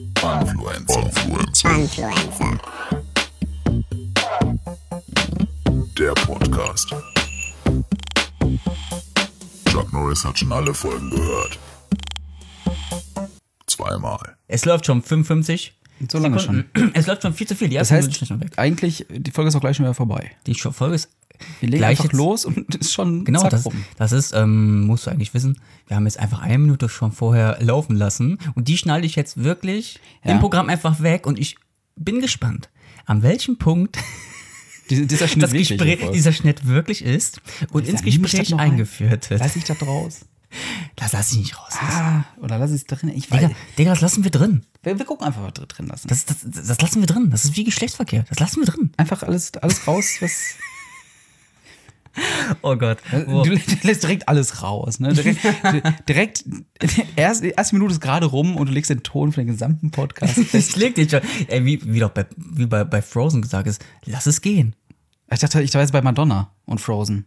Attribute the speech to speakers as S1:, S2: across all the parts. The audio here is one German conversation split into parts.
S1: Influencer.
S2: Influencer.
S1: Der Podcast. Chuck Norris hat schon alle Folgen gehört. Zweimal.
S3: Es läuft schon 55.
S4: So lange schon.
S3: Es läuft schon viel zu viel. Die
S4: Das
S3: ersten Minuten sind
S4: heißt,
S3: schon weg.
S4: eigentlich, die Folge ist auch gleich schon wieder vorbei.
S3: Die Show- Folge ist
S4: Wir legen
S3: gleich
S4: einfach
S3: jetzt-
S4: los und es ist schon
S3: Genau,
S4: zack
S3: das,
S4: rum.
S3: das ist, ähm, musst du eigentlich wissen, wir haben jetzt einfach eine Minute schon vorher laufen lassen und die schneide ich jetzt wirklich im
S4: Ja.
S3: Programm einfach weg und ich bin gespannt, an welchem Punkt
S4: Dies- Dieser Schnitt
S3: das
S4: wirklich
S3: Gespräch,
S4: voll.
S3: dieser Schnitt wirklich ist und ins
S4: Dann nehme ich das
S3: Gespräch
S4: noch rein.
S3: eingeführt wird.
S4: Lass ich das raus?
S3: Das lass ich nicht raus.
S4: Ah, oder lass ich es drin? Ich
S3: Digga,
S4: weiß.
S3: Digga, das lassen wir drin.
S4: Wir, wir gucken einfach, was wir drin lassen.
S3: Das, das, das lassen wir drin. Das ist wie Geschlechtsverkehr. Das lassen wir drin.
S4: einfach alles, alles raus, was.
S3: Oh Gott.
S4: Du, du lässt direkt alles raus. Ne? Direkt, direkt erst, die erste Minute ist gerade rum und du legst den Ton für den gesamten Podcast.
S3: Ich leg dich schon. Ey, wie, wie doch bei, wie bei, bei Frozen gesagt ist, lass es gehen.
S4: Ich dachte, ich war jetzt bei Madonna und Frozen.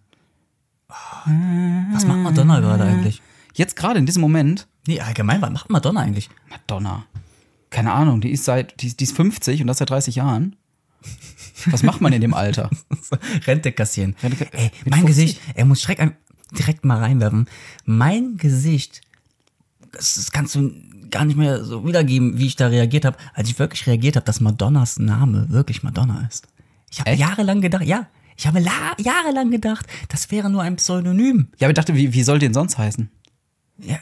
S3: Was macht
S4: Ah.
S3: Madonna gerade eigentlich?
S4: Jetzt gerade in diesem Moment,
S3: Nee, allgemein, was macht Madonna eigentlich?
S4: Madonna. Keine Ahnung, die ist seit, die, ist- die ist 50 und das seit 30 Jahren. Was macht man in dem Alter?
S3: Rente kassieren.
S4: Rente ka-
S3: Ey,
S4: mit
S3: mein
S4: 50?
S3: Gesicht, er muss direkt, ein, direkt mal reinwerfen. Mein Gesicht, das, das kannst du gar nicht mehr so wiedergeben, wie ich da reagiert habe, als ich wirklich reagiert habe, dass Madonnas Name wirklich Madonna ist. Ich habe jahrelang gedacht, ja, ich habe la jahrelang gedacht, das wäre nur ein Pseudonym.
S4: Ja, aber ich dachte, wie, wie soll die denn sonst heißen?
S3: Ja,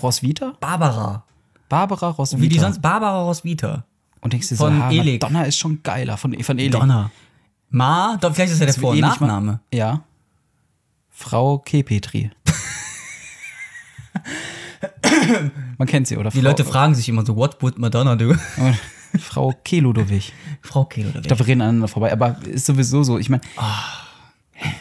S4: Roswitha?
S3: Barbara.
S4: Barbara Roswitha.
S3: Wie die sonst, Barbara Roswitha.
S4: Und denkst dir
S3: Von
S4: so,
S3: Elik.
S4: Madonna ist schon geiler von, von Elik.
S3: Madonna. eh Ma, doch, vielleicht ist ja der Vor- und
S4: Elik mal-
S3: Nachname.
S4: Ja. Frau Kepetri. Man kennt sie, oder?
S3: Die Leute fragen sich immer so, what would Madonna do?
S4: Frau Keludowig.
S3: Frau Kehl oder
S4: Ich glaube, wir reden aneinander vorbei, aber ist sowieso so. Ich meine,
S3: Ah.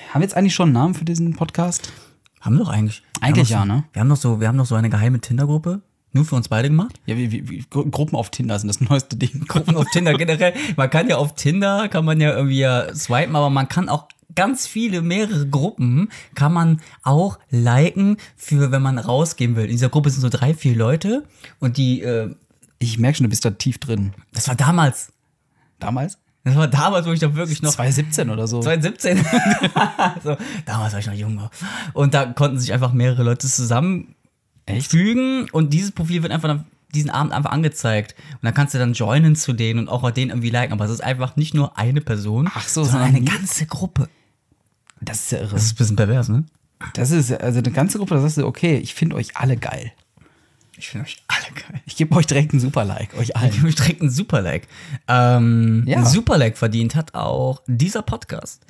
S4: haben wir jetzt eigentlich schon einen Namen für diesen Podcast?
S3: Haben wir doch eigentlich. Wir
S4: Eigentlich
S3: haben noch
S4: ja,
S3: so, Wir haben noch so,
S4: ne?
S3: wir haben noch so eine geheime Tinder-Gruppe, nur für uns beide gemacht.
S4: Ja, wie, wie, wie Gru- Gruppen auf Tinder sind das neueste Ding.
S3: Gruppen auf Tinder generell. Man kann ja auf Tinder, kann man ja irgendwie ja swipen, aber man kann auch ganz viele, mehrere Gruppen kann man auch liken für, wenn man rausgehen will. In dieser Gruppe sind so drei, vier Leute und die, äh,
S4: Ich merke schon, du bist da tief drin.
S3: das war damals,
S4: Damals?
S3: das war damals, wo ich doch wirklich noch
S4: 2017 oder so.
S3: 2017. so, damals war ich noch jünger. Und da konnten sich einfach mehrere Leute zusammenfügen und dieses Profil wird einfach dann diesen Abend einfach angezeigt. Und dann kannst du dann joinen zu denen und auch denen irgendwie liken. Aber es ist einfach nicht nur eine Person,
S4: Ach so,
S3: sondern
S4: sondern
S3: eine
S4: die-
S3: ganze Gruppe.
S4: Das ist ja irre.
S3: Das ist ein bisschen pervers, ne?
S4: Das ist also eine ganze Gruppe, da sagst du, okay, ich finde euch alle geil.
S3: Ich finde euch alle geil.
S4: Ich gebe euch direkt einen Super-Like, euch
S3: Ich
S4: allen.
S3: habe direkt einen Super-Like. Ähm,
S4: Ja.
S3: Ein Super-Like verdient hat auch dieser Podcast,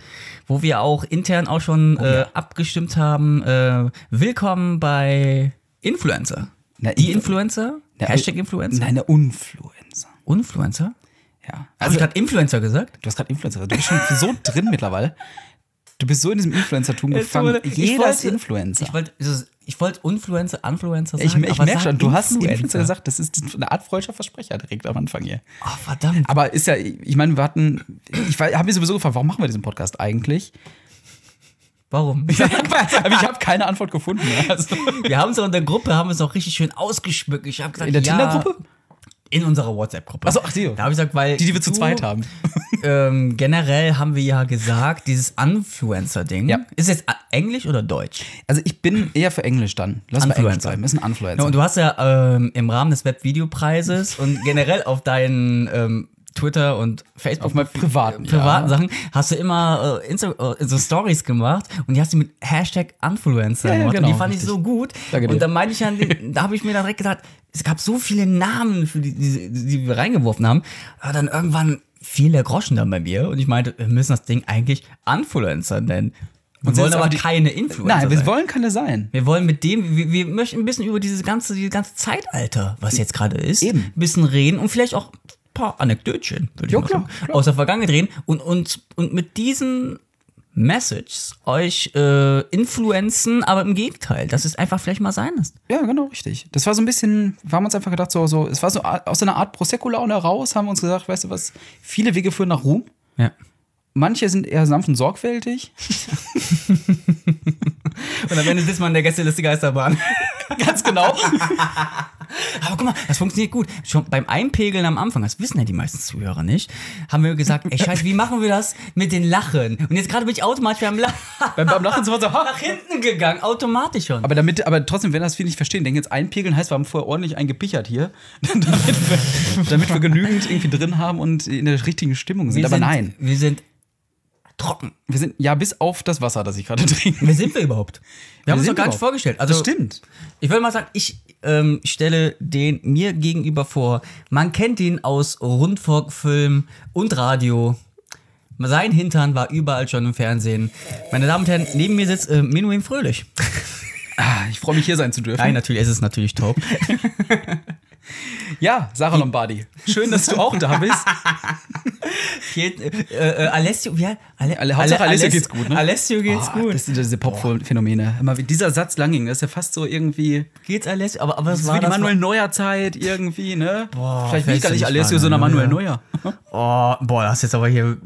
S3: wo wir auch intern auch schon äh, abgestimmt haben. Äh, willkommen bei Influencer.
S4: Na,
S3: Die
S4: Influ-
S3: Influencer?
S4: Na,
S3: Hashtag Influencer?
S4: Nein, der Influencer.
S3: Influencer?
S4: Ja. Also,
S3: Habe ich gerade Influencer gesagt?
S4: Du hast gerade Influencer. Du bist schon so drin mittlerweile. Du bist so in diesem Influencer-Tum gefangen.
S3: Ich
S4: Jeder ist
S3: wollte-
S4: Influencer.
S3: Ich wollte ich wollte Influencer, Influencer
S4: Ich,
S3: sagen.
S4: ich,
S3: aber
S4: merke
S3: sag
S4: schon, du hast Influencer gesagt. Das ist eine Art freudscher Versprecher direkt am Anfang hier.
S3: Oh, verdammt.
S4: Aber ist ja, ich meine, wir hatten, ich habe mir sowieso gefragt, warum machen wir diesen Podcast eigentlich?
S3: Warum?
S4: Aber ich habe keine Antwort gefunden. Also,
S3: wir haben es auch in der Gruppe, haben es auch richtig schön ausgeschmückt. Ich habe gesagt,
S4: in der
S3: ja,
S4: Tinder-Gruppe?
S3: In unserer WhatsApp-Gruppe.
S4: Ach so, ach, die.
S3: Da habe ich gesagt, weil.
S4: Die, die wir zu
S3: du-
S4: zweit haben.
S3: Ähm, generell haben wir ja gesagt, dieses Influencer-Ding.
S4: Ja.
S3: Ist jetzt a- Englisch oder Deutsch?
S4: Also ich bin eher für Englisch dann. Lass mal Englisch
S3: Influencer.
S4: bleiben. Ist ein
S3: Ja,
S4: Influencer.
S3: und du hast ja ähm, im Rahmen des Webvideopreises und generell auf deinen ähm, Twitter und Facebook
S4: Auf meinen privaten,
S3: privaten
S4: ja.
S3: Sachen hast du immer äh, Insta äh, so Stories gemacht und die hast du mit Hashtag Influencer
S4: Ja, ja,
S3: gemacht und
S4: genau,
S3: die fand
S4: richtig.
S3: ich so gut
S4: Danke dir.
S3: und dann meinte ich ja, da habe ich mir dann direkt gedacht, es gab so viele Namen für die, die, die wir reingeworfen haben, aber dann irgendwann fiel der Groschen dann bei mir und ich meinte, wir müssen das Ding eigentlich Influencer nennen. Wir
S4: Und sind
S3: wollen
S4: es
S3: aber
S4: aber die-
S3: keine Influencer.
S4: Nein,
S3: sein.
S4: wir wollen keine sein.
S3: Wir wollen mit dem, wir, wir möchten ein bisschen über dieses ganze, dieses ganze Zeitalter, was jetzt gerade ist,
S4: Eben.
S3: ein bisschen reden und vielleicht auch ein paar Anekdötchen, würde ich
S4: Ja,
S3: mal
S4: klar,
S3: sagen, aus der Vergangenheit reden und, und, und mit diesen Messages euch äh, influenzen, aber im Gegenteil, dass es einfach vielleicht mal sein lässt.
S4: Ja, genau, richtig. Das war so ein bisschen, wir haben uns einfach gedacht, so, so es war so a- aus einer Art Prosecco-Laune heraus, haben wir uns gesagt, weißt du was, viele Wege führen nach Ruhm.
S3: Ja.
S4: Manche sind eher sanft und sorgfältig.
S3: Und am Ende sitzt man in der Gästeliste Geisterbahn.
S4: Ganz genau.
S3: Aber guck mal, das funktioniert gut. Schon beim Einpegeln am Anfang, das wissen ja die meisten Zuhörer nicht, haben wir gesagt, ey Scheiße, wie machen wir das mit den Lachen? Und jetzt gerade bin ich automatisch beim Lachen
S4: Beim, beim Lachen sind wir so, ha.
S3: nach hinten gegangen, automatisch schon.
S4: Aber damit, aber trotzdem, wenn das viele nicht verstehen, denken jetzt einpegeln heißt, wir haben vorher ordentlich eingepichert hier, damit wir, damit wir genügend irgendwie drin haben und in der richtigen Stimmung sind.
S3: wir
S4: aber
S3: sind,
S4: nein,
S3: Wir sind trocken.
S4: wir sind ja bis auf das Wasser, das ich gerade trinke.
S3: Wer sind wir überhaupt? Wir, haben uns
S4: sind
S3: doch gar
S4: überhaupt?
S3: nicht vorgestellt. Also,
S4: Das stimmt.
S3: Ich würde mal sagen, ich ähm, stelle den mir gegenüber vor. Man kennt ihn aus Rundfunkfilm und Radio. Sein Hintern war überall schon im Fernsehen. Meine Damen und Herren, neben mir sitzt äh, Menuhin Fröhlich.
S4: Ah, ich freue mich hier sein zu dürfen.
S3: Nein, natürlich, es ist natürlich taub.
S4: Ja, Sarah Lombardi. Schön, dass du auch da bist.
S3: Hier, äh, äh, Alessio, ja, Ale,
S4: Alle- Hauptsache Alessio
S3: Aless-
S4: geht's gut, ne?
S3: Alessio geht's
S4: Ah,
S3: gut.
S4: Das sind diese Pop-Phänomene. Hör mal, wie dieser Satz lang ging, das ist ja fast so irgendwie.
S3: geht's Alessio? Aber, aber das
S4: Das ist
S3: war
S4: wie die
S3: das
S4: Manuel Neuer Zeit irgendwie, ne?
S3: Boah,
S4: vielleicht bin ich
S3: vielleicht
S4: gar
S3: bin
S4: nicht
S3: ich
S4: Alessio,
S3: Manuel
S4: sondern Manuel Neuer.
S3: Neuer. Oh, boah, das ist jetzt aber hier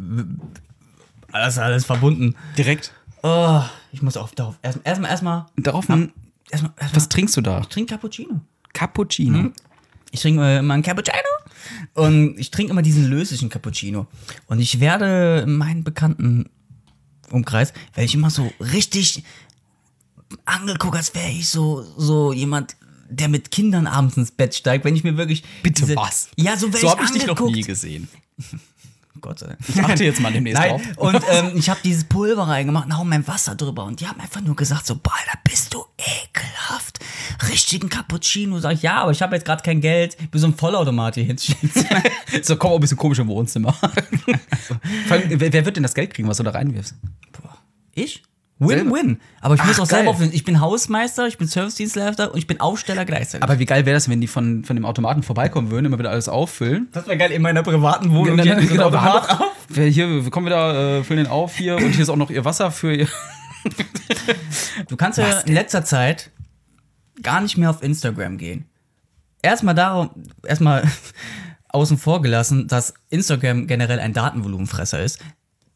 S3: alles, alles verbunden.
S4: Direkt.
S3: Oh, ich muss auf, darauf. Erstmal, erstmal, erstmal,
S4: Daraufhin,
S3: erstmal, erstmal
S4: was trinkst du da?
S3: trink Cappuccino.
S4: Cappuccino.
S3: Ich trinke äh, immer einen Cappuccino und ich trinke immer diesen löslichen Cappuccino. Und ich werde in meinen Bekannten umkreis, werde ich immer so richtig angeguckt, als wäre ich so, so jemand, der mit Kindern abends ins Bett steigt, wenn ich mir wirklich.
S4: Bitte
S3: diese-
S4: was?
S3: Ja, so werde
S4: So
S3: ich
S4: habe ich dich noch
S3: angeguckt.
S4: nie gesehen.
S3: Gott sei Dank.
S4: Ich achte jetzt mal demnächst
S3: Nein.
S4: drauf.
S3: Und ähm, ich habe dieses Pulver reingemacht und hau mein Wasser drüber. Und die haben einfach nur gesagt: So, boah, da bist du ekelhaft. Richtigen Cappuccino. Sag ich, ja, aber ich habe jetzt gerade kein Geld. Ich bin so ein Vollautomat hier hinstellen.
S4: So, komm mal ein bisschen komisch im Wohnzimmer. Vor allem, wer, wer wird denn das Geld kriegen, was du da reinwirfst?
S3: ich? Win-win. Aber ich muss
S4: Ach,
S3: auch selber
S4: geil.
S3: aufwinden. Ich bin Hausmeister, ich bin Servicedienstleister und ich bin Aufsteller gleichzeitig.
S4: Aber wie geil wäre das, wenn die von, von dem Automaten vorbeikommen würden, immer wieder alles auffüllen?
S3: das wäre geil in meiner privaten
S4: Und
S3: Wohnung.
S4: dann,
S3: Genau,
S4: genau,
S3: genau,
S4: wir haben doch, wir hier, wir kommen wieder, äh, füllen den auf hier und hier ist auch noch ihr Wasser für ihr.
S3: Du kannst ja in letzter Zeit gar nicht mehr auf Instagram gehen. Erstmal darum, erstmal außen vor gelassen, dass Instagram generell ein Datenvolumenfresser ist.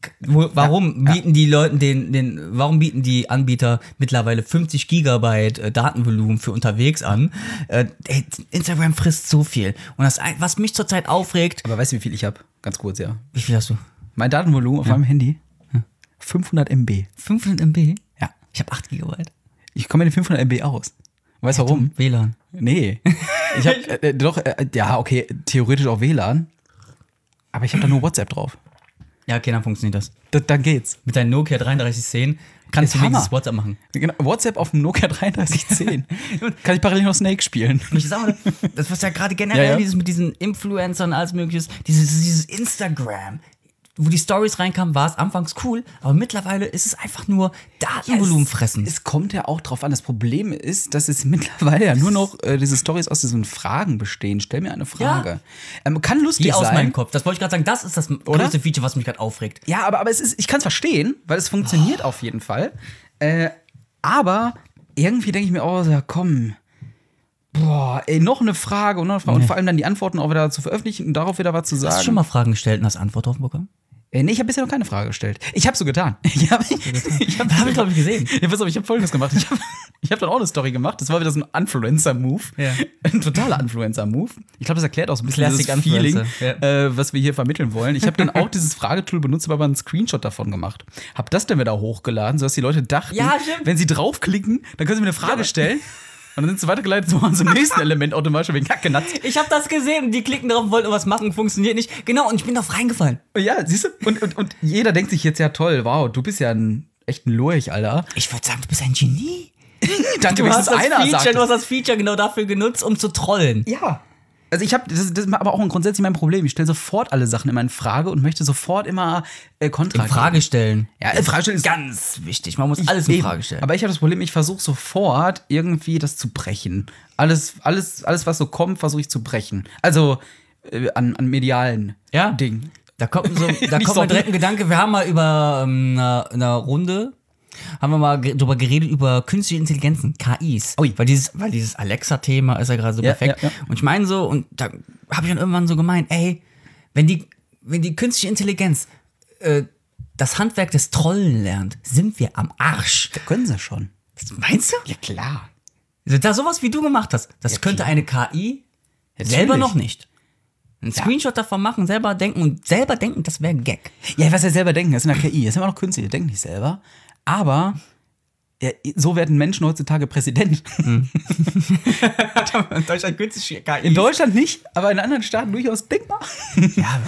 S3: K- Wo, warum bieten die Leuten den, den, warum bieten die Anbieter mittlerweile 50 Gigabyte äh, Datenvolumen für unterwegs an? Äh, ey, Instagram frisst so viel. Und das, ein- was mich zurzeit aufregt,
S4: Aber weißt du, wie viel ich habe? Ganz kurz, ja.
S3: wie viel hast du?
S4: Mein Datenvolumen auf meinem Handy? hm, 500 MB.
S3: 500 MB?
S4: Ja.
S3: Ich habe 8 Gigabyte.
S4: Ich komme mit den 500 MB aus. Weißt du warum?
S3: WLAN.
S4: Nee. Ich hab, äh, doch, äh, ja, okay, theoretisch auch WLAN. Aber ich habe da nur WhatsApp drauf.
S3: Ja, okay, dann funktioniert das.
S4: Da, dann geht's.
S3: Mit deinem Nokia 3310 kannst
S4: Ist
S3: du
S4: Hammer.
S3: wenigstens WhatsApp machen.
S4: Genau, WhatsApp auf dem Nokia 3310. Kann ich parallel noch Snake spielen.
S3: Ich sag mal, das was ja gerade generell
S4: Ja, ja.
S3: dieses mit diesen Influencern und alles mögliches, dieses, dieses Instagram, wo die Stories reinkamen, war es anfangs cool, aber mittlerweile ist es einfach nur Datenvolumen fressen.
S4: Es, es kommt ja auch drauf an. Das Problem ist, dass es mittlerweile ja nur noch äh, diese Stories aus diesen Fragen bestehen. Stell mir eine Frage. Ähm, kann lustig
S3: die aus
S4: sein.
S3: meinem Kopf. Das wollte ich gerade sagen, das ist das größte Feature, was mich gerade aufregt.
S4: Ja, aber, aber es ist, ich kann es verstehen, weil es funktioniert auf jeden Fall. Äh, aber irgendwie denke ich mir auch, so, ja, komm. Boah, ey, noch eine Frage und noch eine Frage. Und vor allem dann die Antworten auch wieder zu veröffentlichen und darauf wieder was zu sagen.
S3: Hast du schon mal Fragen gestellt und hast Antwort drauf bekommen?
S4: Äh, nee, ich habe bisher noch keine Frage gestellt. Ich habe so getan. Ich habe ich hab,
S3: Hab ich, glaub ich, gesehen.
S4: Ja, pass auf, ich habe Folgendes gemacht. Ich habe ich hab dann auch eine Story gemacht. Das war wieder so ein Influencer-Move.
S3: Ja.
S4: Ein totaler Influencer-Move. Ich glaube, das erklärt auch so ein bisschen
S3: Classic
S4: dieses Feeling,
S3: Influencer,
S4: äh, was wir hier vermitteln wollen. Ich habe dann auch dieses Fragetool benutzt, aber einen Screenshot davon gemacht. Habe das dann wieder hochgeladen, sodass die Leute dachten,
S3: Ja, stimmt.
S4: wenn sie draufklicken, dann können sie mir eine Frage stellen. Und dann sind sie weitergeleitet so zum nächsten Element automatisch wegen Kacke nass.
S3: Ich habe das gesehen, die klicken drauf, wollten was machen, funktioniert nicht. Genau, und ich bin drauf reingefallen.
S4: Ja, siehst du? Und, und, und jeder denkt sich jetzt ja toll, wow, du bist ja ein echt ein Lurch, Alter.
S3: Ich würde sagen, du bist ein Genie.
S4: Danke,
S3: Du hast,
S4: wenigstens
S3: das
S4: einer sagt.
S3: Feature, du
S4: es.
S3: hast das Feature genau dafür genutzt, um zu trollen.
S4: Ja. Also ich habe, das, das ist aber auch ein grundsätzlich mein Problem. Ich stelle sofort alle Sachen immer in Frage und möchte sofort immer äh, Kontra.
S3: In Frage stellen.
S4: Ja, in Frage stellen ist
S3: ganz wichtig. Man muss alles in
S4: Eben.
S3: Frage stellen.
S4: Aber ich habe das Problem, ich versuche sofort irgendwie das zu brechen. Alles, alles, alles, was so kommt, versuche ich zu brechen. Also äh, an, an medialen
S3: Ja.
S4: Dingen.
S3: Da kommt, so, da
S4: Nicht
S3: kommt
S4: so.
S3: mir direkt ein Gedanke. Wir haben mal über ähm, eine, eine Runde, haben wir mal ge- drüber geredet, über künstliche Intelligenzen, KIs.
S4: Ui.
S3: Weil dieses, weil dieses Alexa-Thema ist ja gerade so
S4: Ja,
S3: perfekt.
S4: ja, ja.
S3: Und ich meine so, und da habe ich dann irgendwann so gemeint, ey, wenn die, wenn die künstliche Intelligenz äh, das Handwerk des Trollen lernt, sind wir am Arsch.
S4: Können sie schon.
S3: Das meinst du?
S4: Ja, klar.
S3: Da sowas wie du gemacht hast, das könnte eine KI selber
S4: natürlich.
S3: noch nicht. Ein Screenshot davon machen, selber denken und selber denken, das wäre ein Gag.
S4: Ja, was ja selber denken, das ist in der KI, das sind immer noch Künstler, die denken nicht selber. Aber ja, so werden Menschen heutzutage Präsident.
S3: In Deutschland günstig KI.
S4: In Deutschland nicht, aber in anderen Staaten durchaus denkbar.
S3: Ja,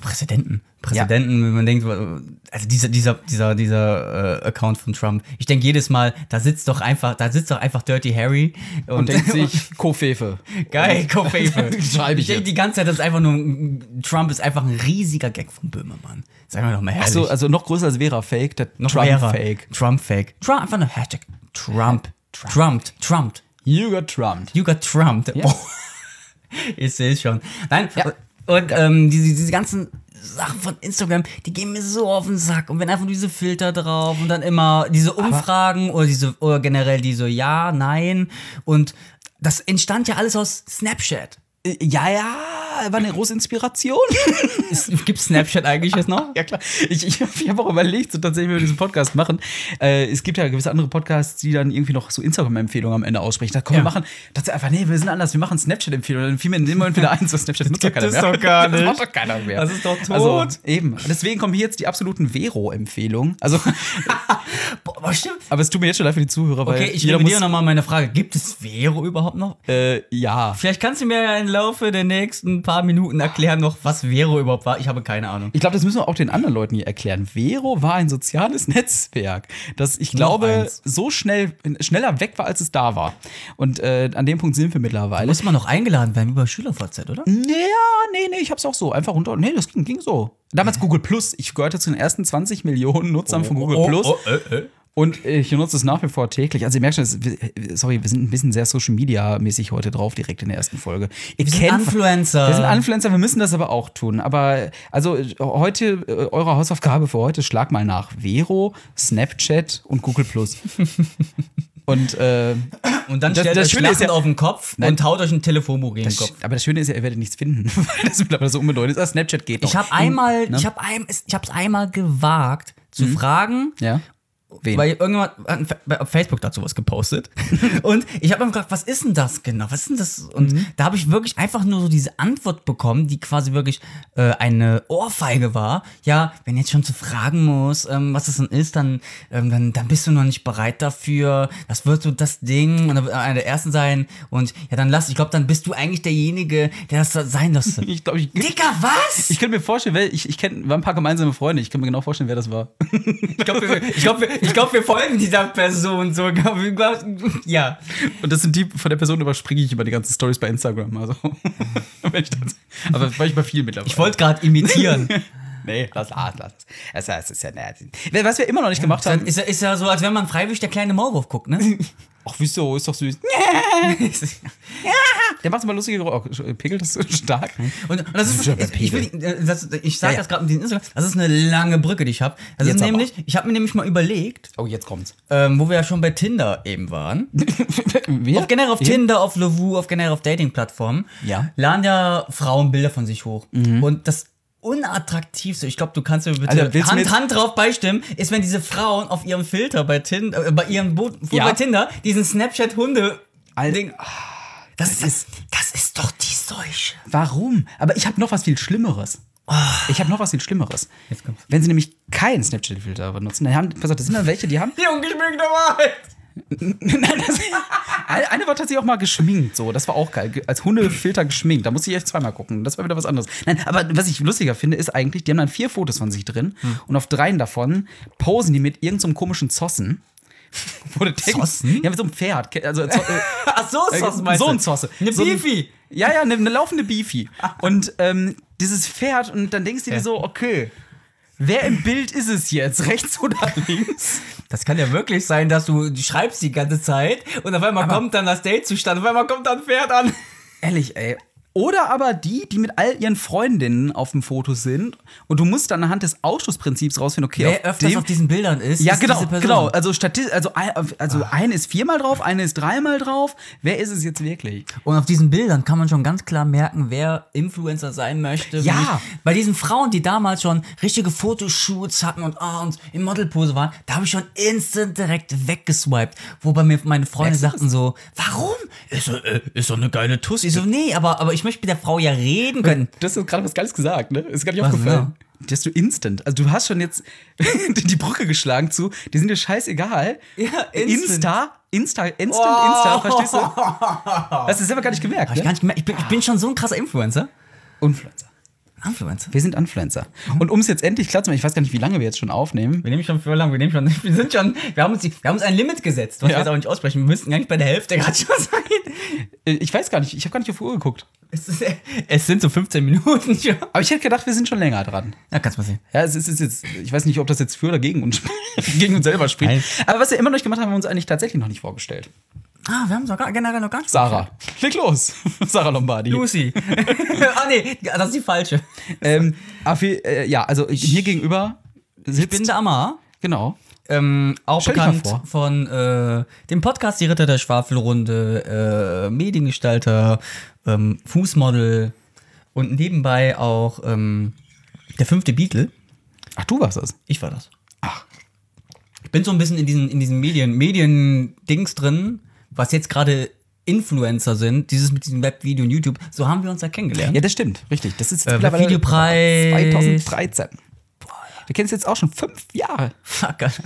S3: Präsidenten. Präsidenten, wenn man denkt, also dieser, dieser, dieser, dieser äh, Account von Trump. Ich denke jedes Mal, da sitzt doch einfach, da sitzt doch einfach Dirty Harry und,
S4: Und denkt sich, Kofefe.
S3: geil, Kofafe.
S4: Schreibe
S3: Ich
S4: ich
S3: denke
S4: jetzt.
S3: die ganze Zeit, das ist einfach nur, ein- Trump ist einfach ein riesiger Gag von Böhmermann. Sagen wir doch mal ehrlich.
S4: Achso, also noch größer als Vera Fake, der
S3: Noch
S4: Trump
S3: wäre.
S4: Fake.
S3: Trump Fake. Trump, einfach nur Hashtag Trump. Trumped. Trumped.
S4: You got Trumped.
S3: You got trumped.
S4: Ja.
S3: Boah. Ich sehe es schon. Nein,
S4: Ja.
S3: und ähm, diese, diese ganzen Sachen von Instagram, die gehen mir so auf den Sack. Und wenn einfach nur diese Filter drauf und dann immer diese Umfragen oder diese oder generell diese Ja, Nein. Und das entstand ja alles aus Snapchat.
S4: Äh, Ja, ja, war eine große Inspiration.
S3: Gibt Snapchat eigentlich jetzt noch?
S4: ja, klar. Ich, ich, ich habe auch überlegt, so tatsächlich, wenn wir diesen Podcast machen. Äh, es gibt ja gewisse andere Podcasts, die dann irgendwie noch so Instagram-Empfehlungen am Ende aussprechen. Da komm,
S3: Ja.
S4: wir machen, dachte einfach, nee, wir sind anders, wir machen Snapchat-Empfehlungen. Dann fiel mir in dem Moment wieder eins, so Snapchat nutzt doch
S3: gibt
S4: keiner
S3: es
S4: mehr.
S3: doch gar
S4: Das macht
S3: nicht.
S4: doch keiner mehr.
S3: Das ist doch tot.
S4: Also, eben. Deswegen kommen hier jetzt die absoluten Vero-Empfehlungen. Also,
S3: Boah, aber stimmt.
S4: aber es tut mir jetzt schon leid für die Zuhörer, weil
S3: Okay, ich
S4: jeder muss,
S3: revidiere nochmal meine Frage. Gibt es Vero überhaupt noch?
S4: äh, ja.
S3: Vielleicht kannst du mir ja im Laufe der nächsten paar Minuten erklären noch, was Vero überhaupt war. Ich habe keine Ahnung.
S4: Ich glaube, das müssen wir auch den anderen Leuten hier erklären. Vero war ein soziales Netzwerk, das ich glaube
S3: eins.
S4: so schnell schneller weg war, als es da war. Und äh, an dem Punkt sind wir mittlerweile.
S3: Muss man noch eingeladen werden über SchülerVZ, oder?
S4: Ja, nee, nee, ich hab's auch so. Einfach runter. Nee, das ging, ging so. Damals Google Plus. Ich gehörte zu den ersten 20 Millionen Nutzern
S3: Oh,
S4: von Google Plus. Und äh, ich nutze es nach wie vor täglich. Also ihr merkt schon, es, wir- sorry, wir sind ein bisschen sehr Social Media mäßig heute drauf, direkt in der ersten Folge. Ihr
S3: sind
S4: kennt-
S3: Influencer.
S4: Wir sind Influencer, wir müssen das aber auch tun. Aber äh, also äh, heute, äh, eure Hausaufgabe für heute, schlag mal nach Vero, Snapchat und Google Plus. und äh,
S3: Und dann
S4: Das-
S3: stellt das
S4: das
S3: euch
S4: Schöne ist
S3: lachend
S4: ja-
S3: auf den Kopf und haut euch ein Telefonbuch gegen den
S4: das,
S3: Kopf.
S4: aber das Schöne ist ja, ihr werdet nichts finden, weil das mittlerweile so unbedeutend ist. Ah, Snapchat geht noch.
S3: Ich habe einmal,
S4: ne?
S3: ich habe ein, ich hab's einmal gewagt zu
S4: Mhm.
S3: fragen,
S4: Ja. Wen?
S3: weil irgendjemand hat ein Fa- bei- auf Facebook dazu was gepostet. und ich habe einfach gefragt, was ist denn das genau? Was ist denn das? Und da habe ich wirklich einfach nur so diese Antwort bekommen, die quasi wirklich äh, eine Ohrfeige war. Ja, wenn jetzt schon zu fragen muss, ähm, was das denn ist, dann, ähm, dann, dann bist du noch nicht bereit dafür. Das wird so das Ding und dann wird einer der Ersten sein. Und ja, dann lass, ich glaube, dann bist du eigentlich derjenige, der das sein lässt.
S4: ich glaube, ich,
S3: Dicker, was?
S4: ich könnte mir vorstellen, weil ich, ich kenne, waren ein paar gemeinsame Freunde, ich kann mir genau vorstellen, wer das war.
S3: Ich glaube, wir, ich glaub, wir, ich glaub, wir folgen dieser Person sogar. Wir glaub- Ja.
S4: Und das sind die, von der Person überspringe ich immer die ganzen Stories bei Instagram. Also, wenn ich das, aber war ich bei vielen mittlerweile.
S3: Ich wollte gerade imitieren.
S4: Nee, lass, ah, lass, lass. Es ist- es ist ja nett. Was wir immer noch nicht gemacht
S3: Dann
S4: haben.
S3: ist, ja- ist ja so, als wenn man freiwillig der kleine Maulwurf guckt, ne?
S4: Ach, wieso? Ist doch süß. Der macht immer lustige Geräusche. Oh, Pegelt das so stark.
S3: Und, und das ist,
S4: Ja, der
S3: ich, ich, will, äh, das, ich sage
S4: Ja, ja.
S3: das gerade mit diesem Instagram, das ist eine lange Brücke, die ich habe. Das
S4: Jetzt
S3: ist
S4: aber.
S3: nämlich, ich habe mir nämlich mal überlegt,
S4: Oh, jetzt kommt's.
S3: ähm, wo wir ja schon bei Tinder eben waren,
S4: Wir?
S3: auf generell auf Tinder, auf Lovoo, auf generell auf Dating-Plattformen,
S4: Ja. Mhm.
S3: laden ja Frauen Bilder von sich hoch. Und das unattraktivste, ich glaube, du kannst mir bitte
S4: Alter, willst du
S3: Hand,
S4: mir jetzt-
S3: Hand drauf beistimmen, ist, wenn diese Frauen auf ihrem Filter bei Tinder, äh, bei ihrem Boot,
S4: Ja.
S3: bei Tinder, diesen Snapchat-Hunde.
S4: Alter.
S3: Ding. Das, ist, das ist doch die Seuche.
S4: Warum? Aber ich habe noch was viel Schlimmeres. Ich habe noch was viel Schlimmeres.
S3: Jetzt kommt's.
S4: Wenn sie nämlich keinen Snapchat-Filter benutzen, dann haben, pass auf, das sind dann welche, die haben.
S3: Die ungeschminkte Wahrheit.
S4: Nein, das, Eine- eine war tatsächlich auch mal geschminkt, so. Das war auch geil. Ge- Als Hundefilter geschminkt. Da musste ich echt zweimal gucken. Das war wieder was anderes. Nein, aber was ich lustiger finde, ist eigentlich, die haben dann vier Fotos von sich drin und auf dreien davon posen die mit irgendeinem komischen Zossen. Wo du denkst,
S3: Zossen?
S4: Ja, mit so einem Pferd. Ke- Also, Zo- äh,
S3: Ach so,
S4: äh,
S3: Sauce meinst
S4: so
S3: du?
S4: ein Zosse.
S3: Eine
S4: so ein-
S3: Beefy.
S4: Ja, ja, eine, eine laufende Beefy. Und ähm, dieses Pferd, und dann denkst du dir
S3: Ja.
S4: so, okay, wer im Bild ist es jetzt? Rechts oder links?
S3: Das kann ja wirklich sein, dass du, du schreibst die ganze Zeit und auf einmal kommt dann das Date zustande, auf einmal kommt dann ein Pferd an.
S4: Ehrlich, ey. Oder aber die, die mit all ihren Freundinnen auf dem Foto sind und du musst dann anhand des Ausschlussprinzips rausfinden, okay,
S3: Wer öfters
S4: dem-
S3: auf diesen Bildern ist,
S4: ja,
S3: ist
S4: genau,
S3: diese Person. Ah.
S4: genau. Also, Statis also, ein- also eine ist viermal drauf, eine ist dreimal drauf. Wer ist es jetzt wirklich?
S3: Und auf diesen Bildern kann man schon ganz klar merken, wer Influencer sein möchte. wer
S4: Ja.
S3: nicht. Bei diesen Frauen, die damals schon richtige Fotoshoots hatten und, ah, und in Modelpose waren, da habe ich schon instant direkt weggeswiped. Wobei mir meine Freunde
S4: Merkst du
S3: sagten so, warum? Ist doch, äh, ist doch eine geile Tuss. Ich so, nee, aber, aber ich möchte mit der Frau ja reden können.
S4: Das ist gerade was Geiles gesagt, ne? Ist gar nicht
S3: Was
S4: aufgefallen. Dass du instant, also du hast schon jetzt die die Brücke geschlagen zu, die sind dir scheißegal.
S3: Ja, instant.
S4: Insta, Insta, Instant,
S3: Oh.
S4: Insta, verstehst du? Hast du selber gar nicht gemerkt,
S3: Hab ich,
S4: ne?
S3: gar nicht gemerkt. ich, bin, ich bin schon so ein krasser Influencer.
S4: Influencer.
S3: Influencer?
S4: Wir sind Influencer.
S3: Mhm.
S4: Und um es jetzt endlich klar zu machen, ich weiß gar nicht, wie lange wir jetzt schon aufnehmen.
S3: Wir nehmen schon für lang, wir nehmen schon, wir sind schon, wir haben uns, die- wir haben uns ein Limit gesetzt, was
S4: Ja.
S3: wir jetzt aber nicht aussprechen. Wir müssten gar nicht bei der Hälfte gerade schon sein.
S4: Äh, Ich weiß gar nicht, ich habe gar nicht auf die Uhr geguckt.
S3: Es, ist, es sind so 15 Minuten schon.
S4: Aber ich hätte gedacht, wir sind schon länger dran.
S3: Ja, kannst mal sehen.
S4: Ja, es ist, es ist jetzt, ich weiß nicht, ob das jetzt für oder gegen uns, gegen uns selber spricht.
S3: Nein.
S4: Aber was wir immer noch nicht gemacht haben, haben wir uns eigentlich tatsächlich noch nicht vorgestellt.
S3: Ah, wir haben sogar generell noch gar nicht.
S4: Sarah, leg los. Sarah Lombardi.
S3: Lucy. ah, nee, das ist die falsche.
S4: Ähm, aber viel, äh, ja, also ich- mir gegenüber
S3: Ich
S4: sitzt,
S3: bin der Amar.
S4: genau,
S3: Ähm, auch
S4: Stell dich mal
S3: bekannt
S4: vor.
S3: von äh, dem Podcast Die Ritter der Schwafelrunde, äh, Mediengestalter, ähm, Fußmodel und nebenbei auch ähm, der fünfte Beatle.
S4: ach du warst das.
S3: Ich war das. Ach. Ich bin so ein bisschen in diesen, in diesen Medien, Medien-Dings drin, was jetzt gerade Influencer sind, dieses mit diesem Webvideo und YouTube, so haben wir uns ja kennengelernt.
S4: Ja, das stimmt, richtig. Das ist jetzt
S3: Äh, Videopreis.
S4: 2013. Wir kennen es jetzt auch schon fünf Jahre.
S3: Fuck, Alter.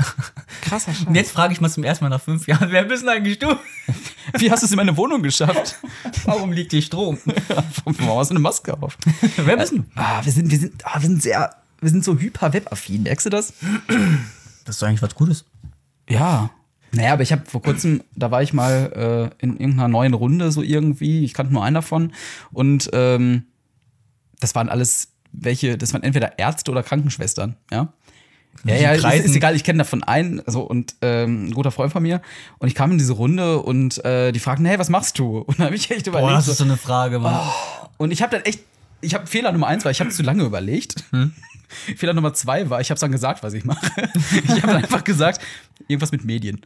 S4: Krasser
S3: Und
S4: Scheiß.
S3: jetzt frage ich mal zum ersten Mal nach fünf Jahren, wer bist denn eigentlich du?
S4: Wie hast du es in meine Wohnung geschafft?
S3: Warum liegt hier Strom?
S4: Warum hast du eine Maske auf?
S3: wer bist du?
S4: Ah, wir sind, wir sind, ah, wir sind sehr, wir sind so hyper webaffin. Merkst du das?
S3: Das ist doch eigentlich was Gutes.
S4: Ja. Naja, aber ich habe vor kurzem, da war ich mal äh, in irgendeiner neuen Runde so irgendwie, ich kannte nur einen davon. Und ähm, das waren alles welche, das waren entweder Ärzte oder Krankenschwestern, ja. Ja, ja, ist,
S3: Kreisen.
S4: ist egal, ich kenne davon einen, so und ähm, ein guter Freund von mir. Und ich kam in diese Runde und äh, die fragten, hey, was machst du? Und da habe ich Oh. echt überlegt.
S3: Boah, Oh, das
S4: so,
S3: ist so eine Frage, Mann.
S4: und ich habe dann echt, ich habe Fehler Nummer eins war, ich habe zu lange überlegt. Fehler Nummer zwei war, ich habe dann gesagt, was ich mache. ich habe dann einfach gesagt, irgendwas mit Medien.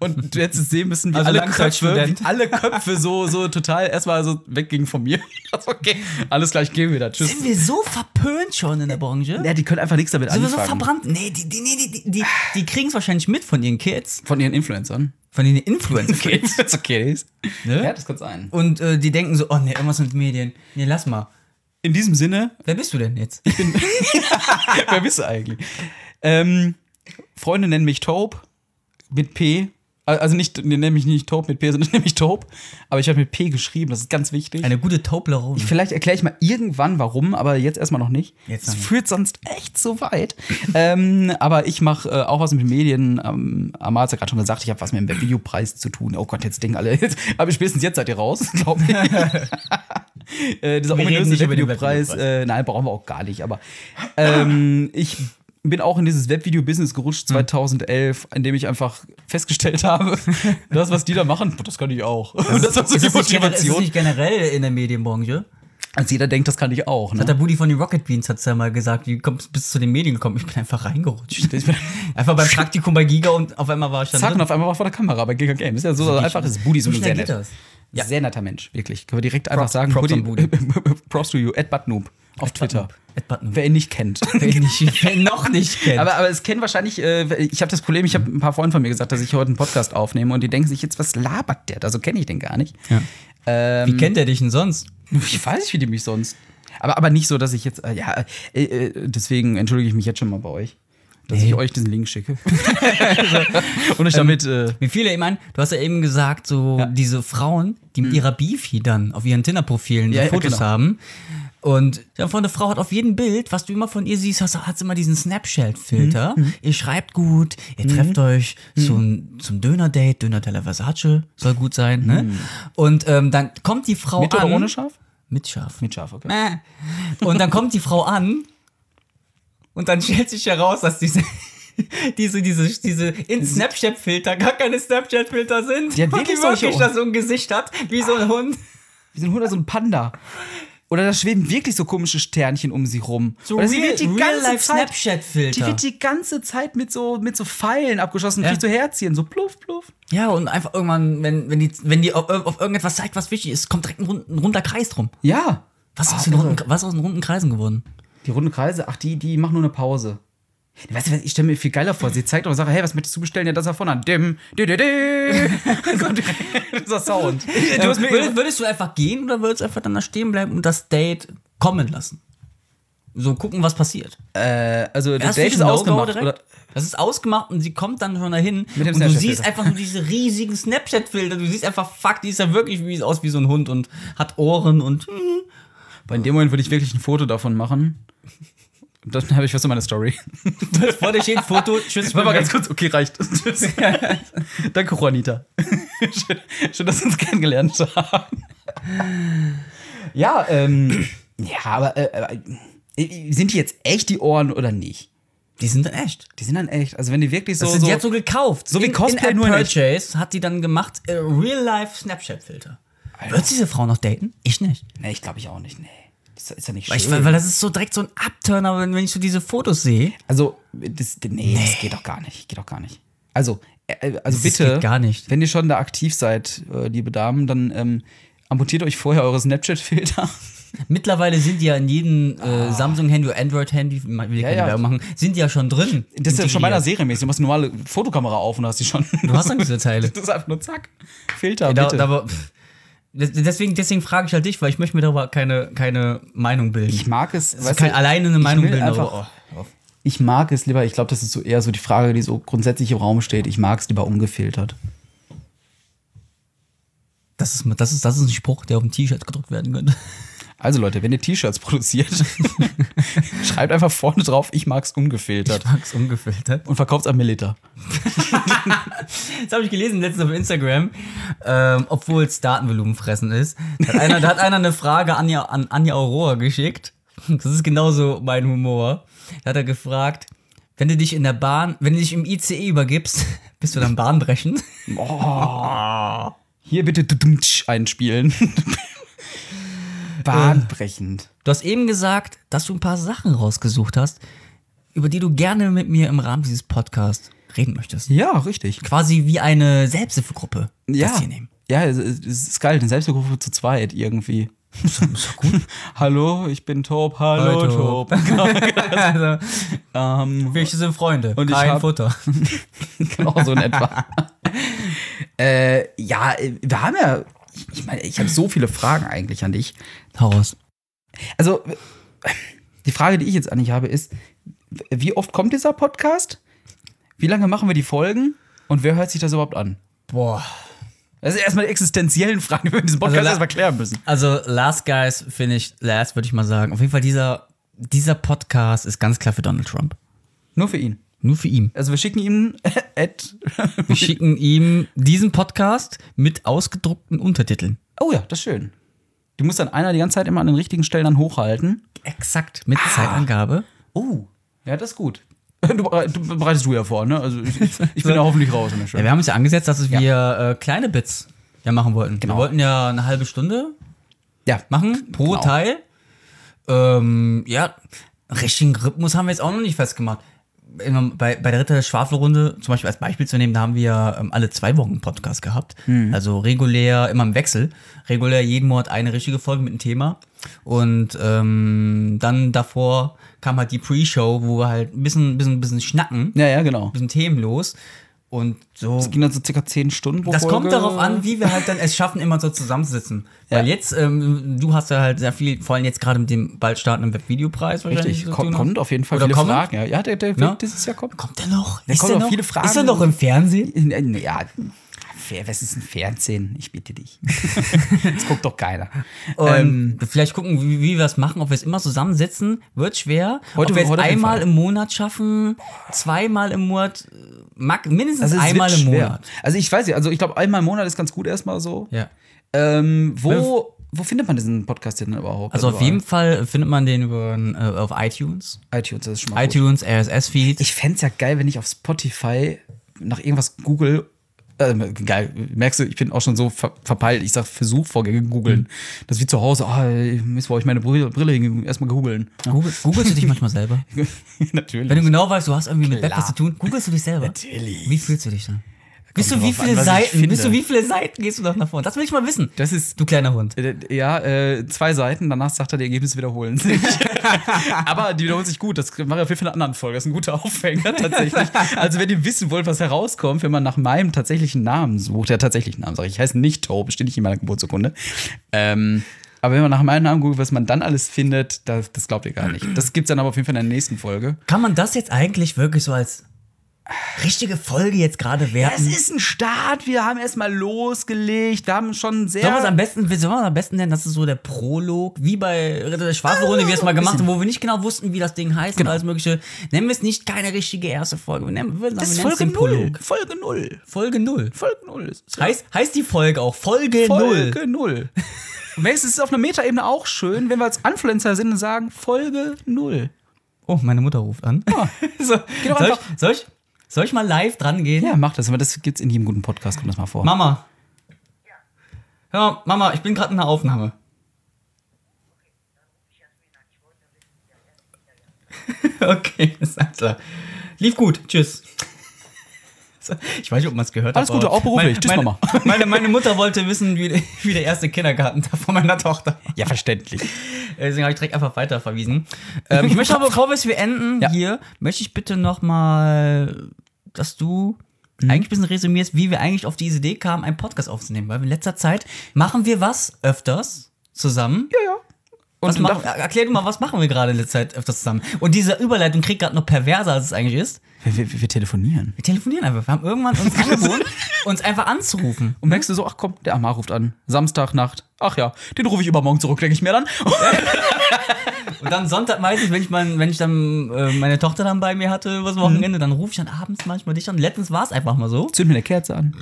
S4: Und du hättest sehen müssen, wie,
S3: Also
S4: alle, Köpfe,
S3: Langzeitstudent.
S4: wie alle Köpfe so, so total erstmal so weggingen von mir. Ich dachte, okay, alles gleich gehen wir da. Tschüss.
S3: Sind wir so verpönt schon in der Branche?
S4: Ja, die können einfach nichts damit
S3: Sind wir so
S4: anfangen.
S3: verbrannt? Nee, die, die, nee, die, die, die, die kriegen es wahrscheinlich mit von ihren Kids,
S4: von ihren Influencern.
S3: von den Influencer-Kids.
S4: Ist okay.
S3: Ne?
S4: Ja, das kann sein.
S3: Und äh, die denken so, oh nee, irgendwas mit Medien. Nee, lass mal.
S4: In diesem Sinne,
S3: Wer bist du denn jetzt?
S4: wer bist du eigentlich? Ähm, Freunde nennen mich Taupe mit P. Also nicht, die nennen mich nicht Taupe mit P, sondern nennen mich Taupe. Aber ich habe mit P geschrieben, das ist ganz wichtig.
S3: Eine gute Taublerone.
S4: Vielleicht erkläre ich mal irgendwann warum, aber jetzt erstmal noch nicht.
S3: Jetzt
S4: Es
S3: noch nicht.
S4: führt sonst echt so weit. ähm, aber ich mache äh, auch was mit Medien. Ähm, Amal hat ja gerade schon gesagt, ich habe was mit dem Webvideopreis zu tun. Oh Gott, jetzt denken alle. Jetzt, aber spätestens jetzt seid ihr raus, glaube ich. äh, dieser
S3: Wir reden
S4: ominöse
S3: nicht über den
S4: Webvideopreis. Äh, nein, brauchen wir auch gar nicht. Aber ähm, ich bin auch in dieses Webvideo-Business gerutscht
S3: Hm.
S4: 2011, in dem ich einfach festgestellt habe, das, was die da machen, das kann ich auch. Das, war so
S3: Ist das, nicht generell, ist das nicht generell in der Medienbranche?
S4: also jeder denkt, das kann ich auch.
S3: Hat
S4: Ne?
S3: der Buddy von den Rocket Beans hat's ja mal gesagt, wie kommst du bis zu den Medien gekommen? Ich bin einfach reingerutscht.
S4: Ich bin-
S3: einfach beim Praktikum bei Giga und auf einmal war ich dann
S4: Zack, und
S3: drin.
S4: auf einmal war vor der Kamera bei Giga Games. Ist ja so
S3: Wirklich.
S4: einfach, ist Budi so
S3: So
S4: sehr
S3: schnell
S4: nett.
S3: geht das.
S4: Ja. Sehr netter Mensch, wirklich. Können wir direkt einfach
S3: Props-
S4: sagen,
S3: Props
S4: Budi,
S3: an Budi.
S4: Props to you, at Butnoob auf Twitter.
S3: Ed Button.
S4: Wer ihn nicht kennt.
S3: Mhm. Wer ihn nicht, wer ihn noch nicht kennt.
S4: Aber, aber es kennen wahrscheinlich, äh, ich habe das Problem, ich habe ein paar Freunden von mir gesagt, dass ich heute einen Podcast aufnehme und die denken sich jetzt, was labert der? da? So kenne ich den gar nicht.
S3: Ja.
S4: Ähm,
S3: wie kennt er dich denn sonst?
S4: ich weiß nicht, wie die mich sonst. Aber, aber nicht so, dass ich jetzt, äh, ja, äh, äh, deswegen entschuldige ich mich jetzt schon mal bei euch, dass
S3: Nee.
S4: ich euch diesen Link schicke. und euch damit. Äh,
S3: Mir fiel ja eben ein, du hast ja eben gesagt, so diese Frauen, die mit ihrer Beefy dann auf ihren Tinder-Profilen
S4: Mhm. Ja,
S3: so
S4: ja,
S3: Fotos
S4: genau.
S3: haben. Und dann von der Frau hat auf jedem Bild, was du immer von ihr siehst, hast, hat sie immer diesen Snapchat-Filter.
S4: Mhm.
S3: Ihr schreibt gut, ihr trefft euch zum, zum Döner-Date, Döner-Teller Versace, soll gut sein. Ne? Und ähm, dann kommt die Frau
S4: Mhm. mit
S3: an.
S4: oder ohne Schaf?
S3: Mit Schaf.
S4: Mit Schaf, okay.
S3: Mäh. Äh. Und dann kommt die Frau an und dann stellt sich heraus, dass diese, diese, diese, diese in Snapchat-Filter gar keine Snapchat-Filter sind.
S4: Die hat
S3: und die
S4: wirklich solche
S3: wirklich
S4: Ohren.
S3: da so ein Gesicht hat, wie so ein Hund.
S4: Wie so ein Hund oder so ein Panda. Oder da schweben wirklich so komische Sternchen um sie rum.
S3: So
S4: oder
S3: real- real life Snapchat-Filter.
S4: Die wird die ganze Zeit mit so, mit so Pfeilen abgeschossen,
S3: Ja.
S4: ja. kriegt so Herzchen, so pluff, pluff.
S3: Ja, und einfach irgendwann, wenn, wenn die, wenn die auf, auf irgendetwas zeigt, was wichtig ist, kommt direkt ein, rund, ein runder Kreis drum.
S4: Ja.
S3: Was ist,
S4: Ah,
S3: aus den
S4: irre.
S3: runden, was ist aus den runden Kreisen geworden?
S4: Die runden Kreise, ach, die, die machen nur eine Pause. Weißt du was, ich stelle mir viel geiler vor. Sie zeigt auch und sagt, hey, was möchtest du bestellen? Ja, das da vorne. Dim, di, di, di. so, dieser Sound.
S3: Ähm,
S4: Du hast mir
S3: würdest, würdest du einfach gehen oder würdest du einfach dann da stehen bleiben und das Date kommen lassen? So gucken, was passiert.
S4: also, das Date
S3: dich
S4: ist
S3: ein No-Go
S4: ausgemacht.
S3: direkt?
S4: Oder,
S3: Das ist ausgemacht und sie kommt dann schon dahin.
S4: Mit
S3: und du
S4: dem Snapchat-Filter.
S3: siehst einfach nur diese riesigen Snapchat-Filter. Du siehst einfach, fuck, die ist ja wirklich wie, aus wie so ein Hund und hat Ohren und.
S4: bei dem Moment würde ich wirklich ein Foto davon machen. Und Dann habe ich was in meiner Story.
S3: Vor dir steht ein Foto. Tschüss,
S4: Warte mal ganz kurz. Okay, reicht. Tschüss. Danke, Juanita. schön, schön, dass wir uns kennengelernt haben. ja, ähm, ja, aber äh, äh, sind die jetzt echt die Ohren oder nicht?
S3: Die sind dann echt.
S4: Die sind dann echt. Also wenn die wirklich so,
S3: Das sind,
S4: so,
S3: die hat so gekauft.
S4: so wie Cosplay,
S3: in, in
S4: nur
S3: nur
S4: in echt.
S3: Purchase hat die dann gemacht äh, Real-Life-Snapchat-Filter. Wird diese Frau noch daten? Ich nicht.
S4: nee, ich glaube ich auch nicht. Nee, ist, ist ja nicht
S3: Weil,
S4: schön.
S3: ich, weil weil das ist so direkt so ein Upturner, wenn, wenn ich so diese Fotos sehe.
S4: also das, nee, das geht doch gar nicht. Geht doch gar nicht. Also äh, also
S3: Das
S4: bitte,
S3: geht gar nicht.
S4: wenn ihr schon da aktiv seid, äh, liebe Damen, dann ähm, amputiert euch vorher eure Snapchat-Filter.
S3: Mittlerweile sind die ja in jedem äh, Samsung-Handy oder Android-Handy, will ich keine
S4: ja.
S3: Werbung machen, sind die ja schon drin.
S4: Das ist ja schon
S3: integriert.
S4: beinader serienmäßig. Du machst eine normale Fotokamera auf und hast die schon.
S3: Du hast dann diese Teile.
S4: Das ist einfach nur zack. Filter,
S3: Da,
S4: bitte.
S3: da, war- pff. Des- deswegen, deswegen frage ich halt dich, weil ich möchte mir darüber keine, keine Meinung bilden.
S4: ich mag es.
S3: also kann alleine eine Meinung
S4: ich will
S3: bilden.
S4: einfach,
S3: aber, oh,
S4: Ich mag es lieber. Ich glaube, das ist so eher so die Frage, die so grundsätzlich im Raum steht. Ich mag es lieber ungefiltert.
S3: das, ist, das, ist, das ist ein Spruch, der auf dem T-Shirt gedruckt werden könnte.
S4: Also Leute, wenn ihr T-Shirts produziert, schreibt einfach vorne drauf, ich mag es ungefiltert.
S3: Max ungefiltert.
S4: Und verkauft an Milliliter.
S3: Das habe ich gelesen letztens auf Instagram, ähm, obwohl es Datenvolumenfressen ist. Da hat einer, da hat einer eine Frage an, ja- an Anja Aurora geschickt. Das ist genauso mein Humor. Da hat er gefragt, wenn du dich in der Bahn, wenn du dich im ICE übergibst, bist du dann bahnbrechend? Oh.
S4: Hier bitte dudumtsch einspielen. Bahnbrechend.
S3: Du hast eben gesagt, dass du ein paar Sachen rausgesucht hast, über die du gerne mit mir im Rahmen dieses Podcasts reden möchtest.
S4: Ja, richtig.
S3: Quasi wie eine Selbsthilfegruppe. Das
S4: Ja.
S3: hier nehmen.
S4: Ja, es es- es ist geil, eine Selbstgruppe zu zweit irgendwie.
S3: Ist doch gut.
S4: Hallo, ich bin Tob. Hallo,
S3: Hi, Tob.
S4: Tob.
S3: also,
S4: Ähm,
S3: wir sind Freunde.
S4: Und ich
S3: kein
S4: hab-
S3: Futter.
S4: genau so in etwa. äh, ja, äh, wir haben ja, ich- ich meine, ich habe so viele Fragen eigentlich an dich.
S3: Hau raus.
S4: Also, äh, die Frage, die ich jetzt an dich habe, ist, w- wie oft kommt dieser Podcast? Wie lange machen wir die Folgen? Und wer hört sich das überhaupt an?
S3: Boah.
S4: Das sind erstmal die existenziellen Fragen, die wir in diesem Podcast
S3: Also, la-
S4: erstmal klären müssen.
S3: Also Last Guys finde ich, Last würde ich mal sagen. Auf jeden Fall dieser, dieser Podcast ist ganz klar für Donald Trump.
S4: Nur für ihn.
S3: Nur für ihn.
S4: Also wir schicken ihm at,
S3: Wir schicken ihm diesen Podcast mit ausgedruckten Untertiteln.
S4: Oh ja, das ist schön. Die muss dann einer die ganze Zeit immer an den richtigen Stellen dann hochhalten.
S3: Exakt. Mit Zeitangabe.
S4: Oh. Ja, das ist gut. Du, berei- du bereitest du ja vor, ne? Also ich, ich, ich bin ja hoffentlich raus. In der
S3: Ja,
S4: Show.
S3: wir haben uns ja angesetzt, dass wir äh, kleine Bits ja machen wollten.
S4: Genau.
S3: Wir wollten ja eine halbe Stunde
S4: Ja,
S3: machen pro
S4: Genau.
S3: Teil. Ähm, ja, richtigen Rhythmus haben wir jetzt auch noch nicht festgemacht. Immer Bei, bei der Ritter der Schwafelrunde, zum Beispiel als Beispiel zu nehmen, da haben wir ähm, alle zwei Wochen einen Podcast gehabt.
S4: Hm.
S3: Also regulär, immer im Wechsel. Regulär jeden Monat eine richtige Folge mit einem Thema. Und ähm, dann davor kam halt die Pre-Show, wo wir halt ein bisschen, bisschen, bisschen schnacken, ein
S4: ja, ja, genau.
S3: bisschen themenlos. Und so.
S4: Das ging dann so circa 10 Stunden pro
S3: Das
S4: Folge.
S3: kommt darauf an, wie wir halt dann es schaffen, immer so zusammensitzen. Weil
S4: Ja.
S3: jetzt, ähm, du hast ja halt sehr viel, vor allem jetzt gerade mit dem bald startenden Webvideopreis
S4: Richtig,
S3: zu
S4: ko-
S3: tun
S4: kommt auf jeden Fall
S3: Oder
S4: viele
S3: kommen?
S4: Fragen. Ja, ja der, der
S3: Ja.
S4: wird dieses Jahr kommen.
S3: Kommt der noch? Ist
S4: kommen
S3: der
S4: noch
S3: noch?
S4: viele Fragen.
S3: Ist er noch im Fernsehen?
S4: Äh, Ja, fair, was ist ein Fernsehen? Ich bitte dich. das guckt doch keiner.
S3: Und
S4: Ähm,
S3: vielleicht gucken, wie, wie wir es machen, ob wir es immer zusammensitzen. Wird schwer.
S4: Heute-
S3: ob wir es
S4: heute auf jeden
S3: einmal
S4: Fall.
S3: im Monat schaffen, zweimal im Monat, äh, mag, mindestens
S4: es
S3: einmal
S4: wird
S3: im
S4: schwer.
S3: Monat.
S4: Also ich weiß nicht, also ich glaube, einmal im Monat ist ganz gut erstmal so.
S3: Ja.
S4: Ähm, wo, wo findet man diesen Podcast denn überhaupt?
S3: Also auf
S4: Überall.
S3: jeden Fall findet man den über, äh, auf iTunes.
S4: iTunes, das ist schon mal gut.
S3: iTunes, RSS-Feed.
S4: Ich fänd's ja geil, wenn ich auf Spotify nach irgendwas google, äh, geil, merkst du, ich bin auch schon so ver verpeilt. Ich sag, versuch vor googeln.
S3: Mhm.
S4: Das ist wie zu Hause, ah, ich muss wo ich meine Brille, Brille hinge- erstmal googeln.
S3: Google, googelst du dich manchmal selber?
S4: Natürlich.
S3: Wenn du genau weißt, du hast irgendwie mit Web
S4: Klar.
S3: was zu tun, googelst du dich selber.
S4: Natürlich.
S3: Wie fühlst du dich dann? Bist du
S4: drauf
S3: wie
S4: an,
S3: viele
S4: was ich
S3: Seiten?
S4: finde.
S3: Bist du wie viele Seiten gehst du noch nach vorne? Das will ich mal wissen.
S4: Das ist-
S3: du kleiner Hund.
S4: Äh, Ja, äh, zwei Seiten, danach sagt er, die Ergebnisse wiederholen sich. Aber die wiederholen sich gut, das mache ich auf jeden Fall in einer anderen Folge. Das ist ein guter Aufhänger tatsächlich. Also, wenn ihr wissen wollt, was herauskommt, wenn man nach meinem tatsächlichen Namen sucht, der tatsächlichen Namen, sage ich, ich heiße nicht Tobe, steht nicht in meiner Geburtsurkunde. Ähm, aber wenn man nach meinem Namen googelt, was man dann alles findet, das, das glaubt ihr gar nicht. Das gibt's dann aber auf jeden Fall in der nächsten Folge.
S3: Kann man das jetzt eigentlich wirklich so als richtige Folge jetzt gerade werten?
S4: ist ein Start, wir haben erstmal losgelegt, wir haben schon sehr.
S3: Sollen wir es am besten, sollen wir es am besten nennen, das ist so der Prolog, wie bei Ritter der Schwarze Runde, wie wir es mal gemacht haben, wo wir nicht genau wussten, wie das Ding heißt und alles mögliche. Nennen wir es nicht keine richtige erste Folge. Wir nennen, wir sagen, wir nennen es den Prolog.
S4: Folge null,
S3: Folge null.
S4: Folge null. Das ist-
S3: Heißt, heißt die Folge auch Folge null.
S4: Folge null. Und wenigstens ist es auf einer Metaebene auch schön, wenn wir als Influencer sind und sagen Folge null.
S3: Oh, meine Mutter ruft an. so, soll,
S4: doch
S3: ich,
S4: einfach-
S3: soll, ich, soll ich mal live dran gehen?
S4: Ja, mach das, aber das gibt's in jedem guten Podcast, kommt das mal vor.
S3: Mama. Hör mal, Mama, ich bin gerade in der Aufnahme. okay, ist alles klar. Lief gut, tschüss. So, Ich weiß nicht, ob man es gehört
S4: Alles
S3: hat.
S4: Gute,
S3: aber
S4: auch beruflich. Tschüss,
S3: meine,
S4: Mama.
S3: Meine, meine Mutter wollte wissen, wie, wie der erste Kindergartentag von meiner Tochter war.
S4: Ja, verständlich.
S3: Deswegen habe ich direkt einfach weiter verwiesen. Ähm, ich möchte aber, bevor wir es beenden
S4: Ja.
S3: hier, möchte ich bitte nochmal, dass du eigentlich ein bisschen resümierst, wie wir eigentlich auf diese Idee kamen, einen Podcast aufzunehmen. Weil in letzter Zeit machen wir was öfters zusammen. Ja, ja. Was
S4: Und
S3: machen, erklär du mal, was machen wir gerade in letzter Zeit öfters zusammen? Und diese Überleitung kriegt gerade noch perverser, als es eigentlich ist.
S4: Wir, wir, wir telefonieren.
S3: Wir telefonieren einfach. Wir haben irgendwann uns angewohnt, uns einfach anzurufen.
S4: Und merkst du so, ach komm, der Amar ruft an. Samstagnacht. Ach ja, den rufe ich übermorgen zurück, denke ich mir dann.
S3: Und dann Sonntag meistens, wenn ich, mein, wenn ich dann äh, meine Tochter dann bei mir hatte übers Wochenende, dann rufe ich dann abends manchmal dich an. Letztens war es einfach mal so.
S4: Zünd mir eine Kerze an.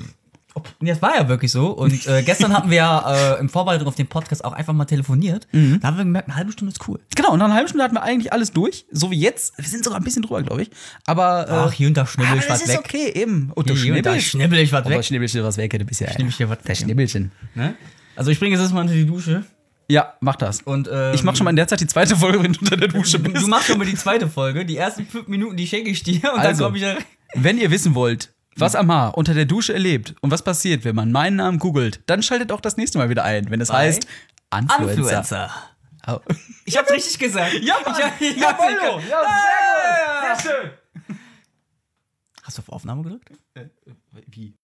S3: Und das war ja wirklich so. Und äh, gestern hatten wir ja äh, in Vorbereitung auf den Podcast auch einfach mal telefoniert.
S4: Mhm.
S3: Da haben wir gemerkt, eine halbe Stunde ist cool.
S4: Genau, und nach einer halben Stunde hatten wir eigentlich alles durch, so wie jetzt. Wir sind sogar ein bisschen drüber, glaube ich. Aber. Äh,
S3: Ach, hier und da schnibbel
S4: aber
S3: ich was
S4: das ist
S3: weg.
S4: okay, eben. Und
S3: Hier
S4: du
S3: und da
S4: schnibbelst.
S3: schnibbel ich was
S4: Aber
S3: weg.
S4: Schnibbelchen was weg, du bist ja.
S3: Schnibbelchen was
S4: Der
S3: weg.
S4: Schnibbelchen.
S3: Ne? Also ich springe jetzt erstmal unter die Dusche.
S4: Ja, mach das.
S3: Und, ähm,
S4: ich mach schon mal in der Zeit die zweite Folge, wenn du unter der Dusche
S3: Du,
S4: bist.
S3: du machst schon mal die zweite Folge. Die ersten fünf Minuten, die schenke ich dir. Und dann
S4: Also.
S3: komme ich ja.
S4: Wenn ihr wissen wollt, was Amar unter der Dusche erlebt und was passiert, wenn man meinen Namen googelt, dann schaltet auch das nächste Mal wieder ein, wenn es heißt Influencer.
S3: Influencer.
S4: Au.
S3: Ich hab's richtig gesagt. Ja, Mann. Ich, Ah! ich,
S4: Jawollo.
S3: ich,
S4: Ja, sehr gut. Sehr schön.
S3: Hast du auf Aufnahme gedrückt?
S4: Wie?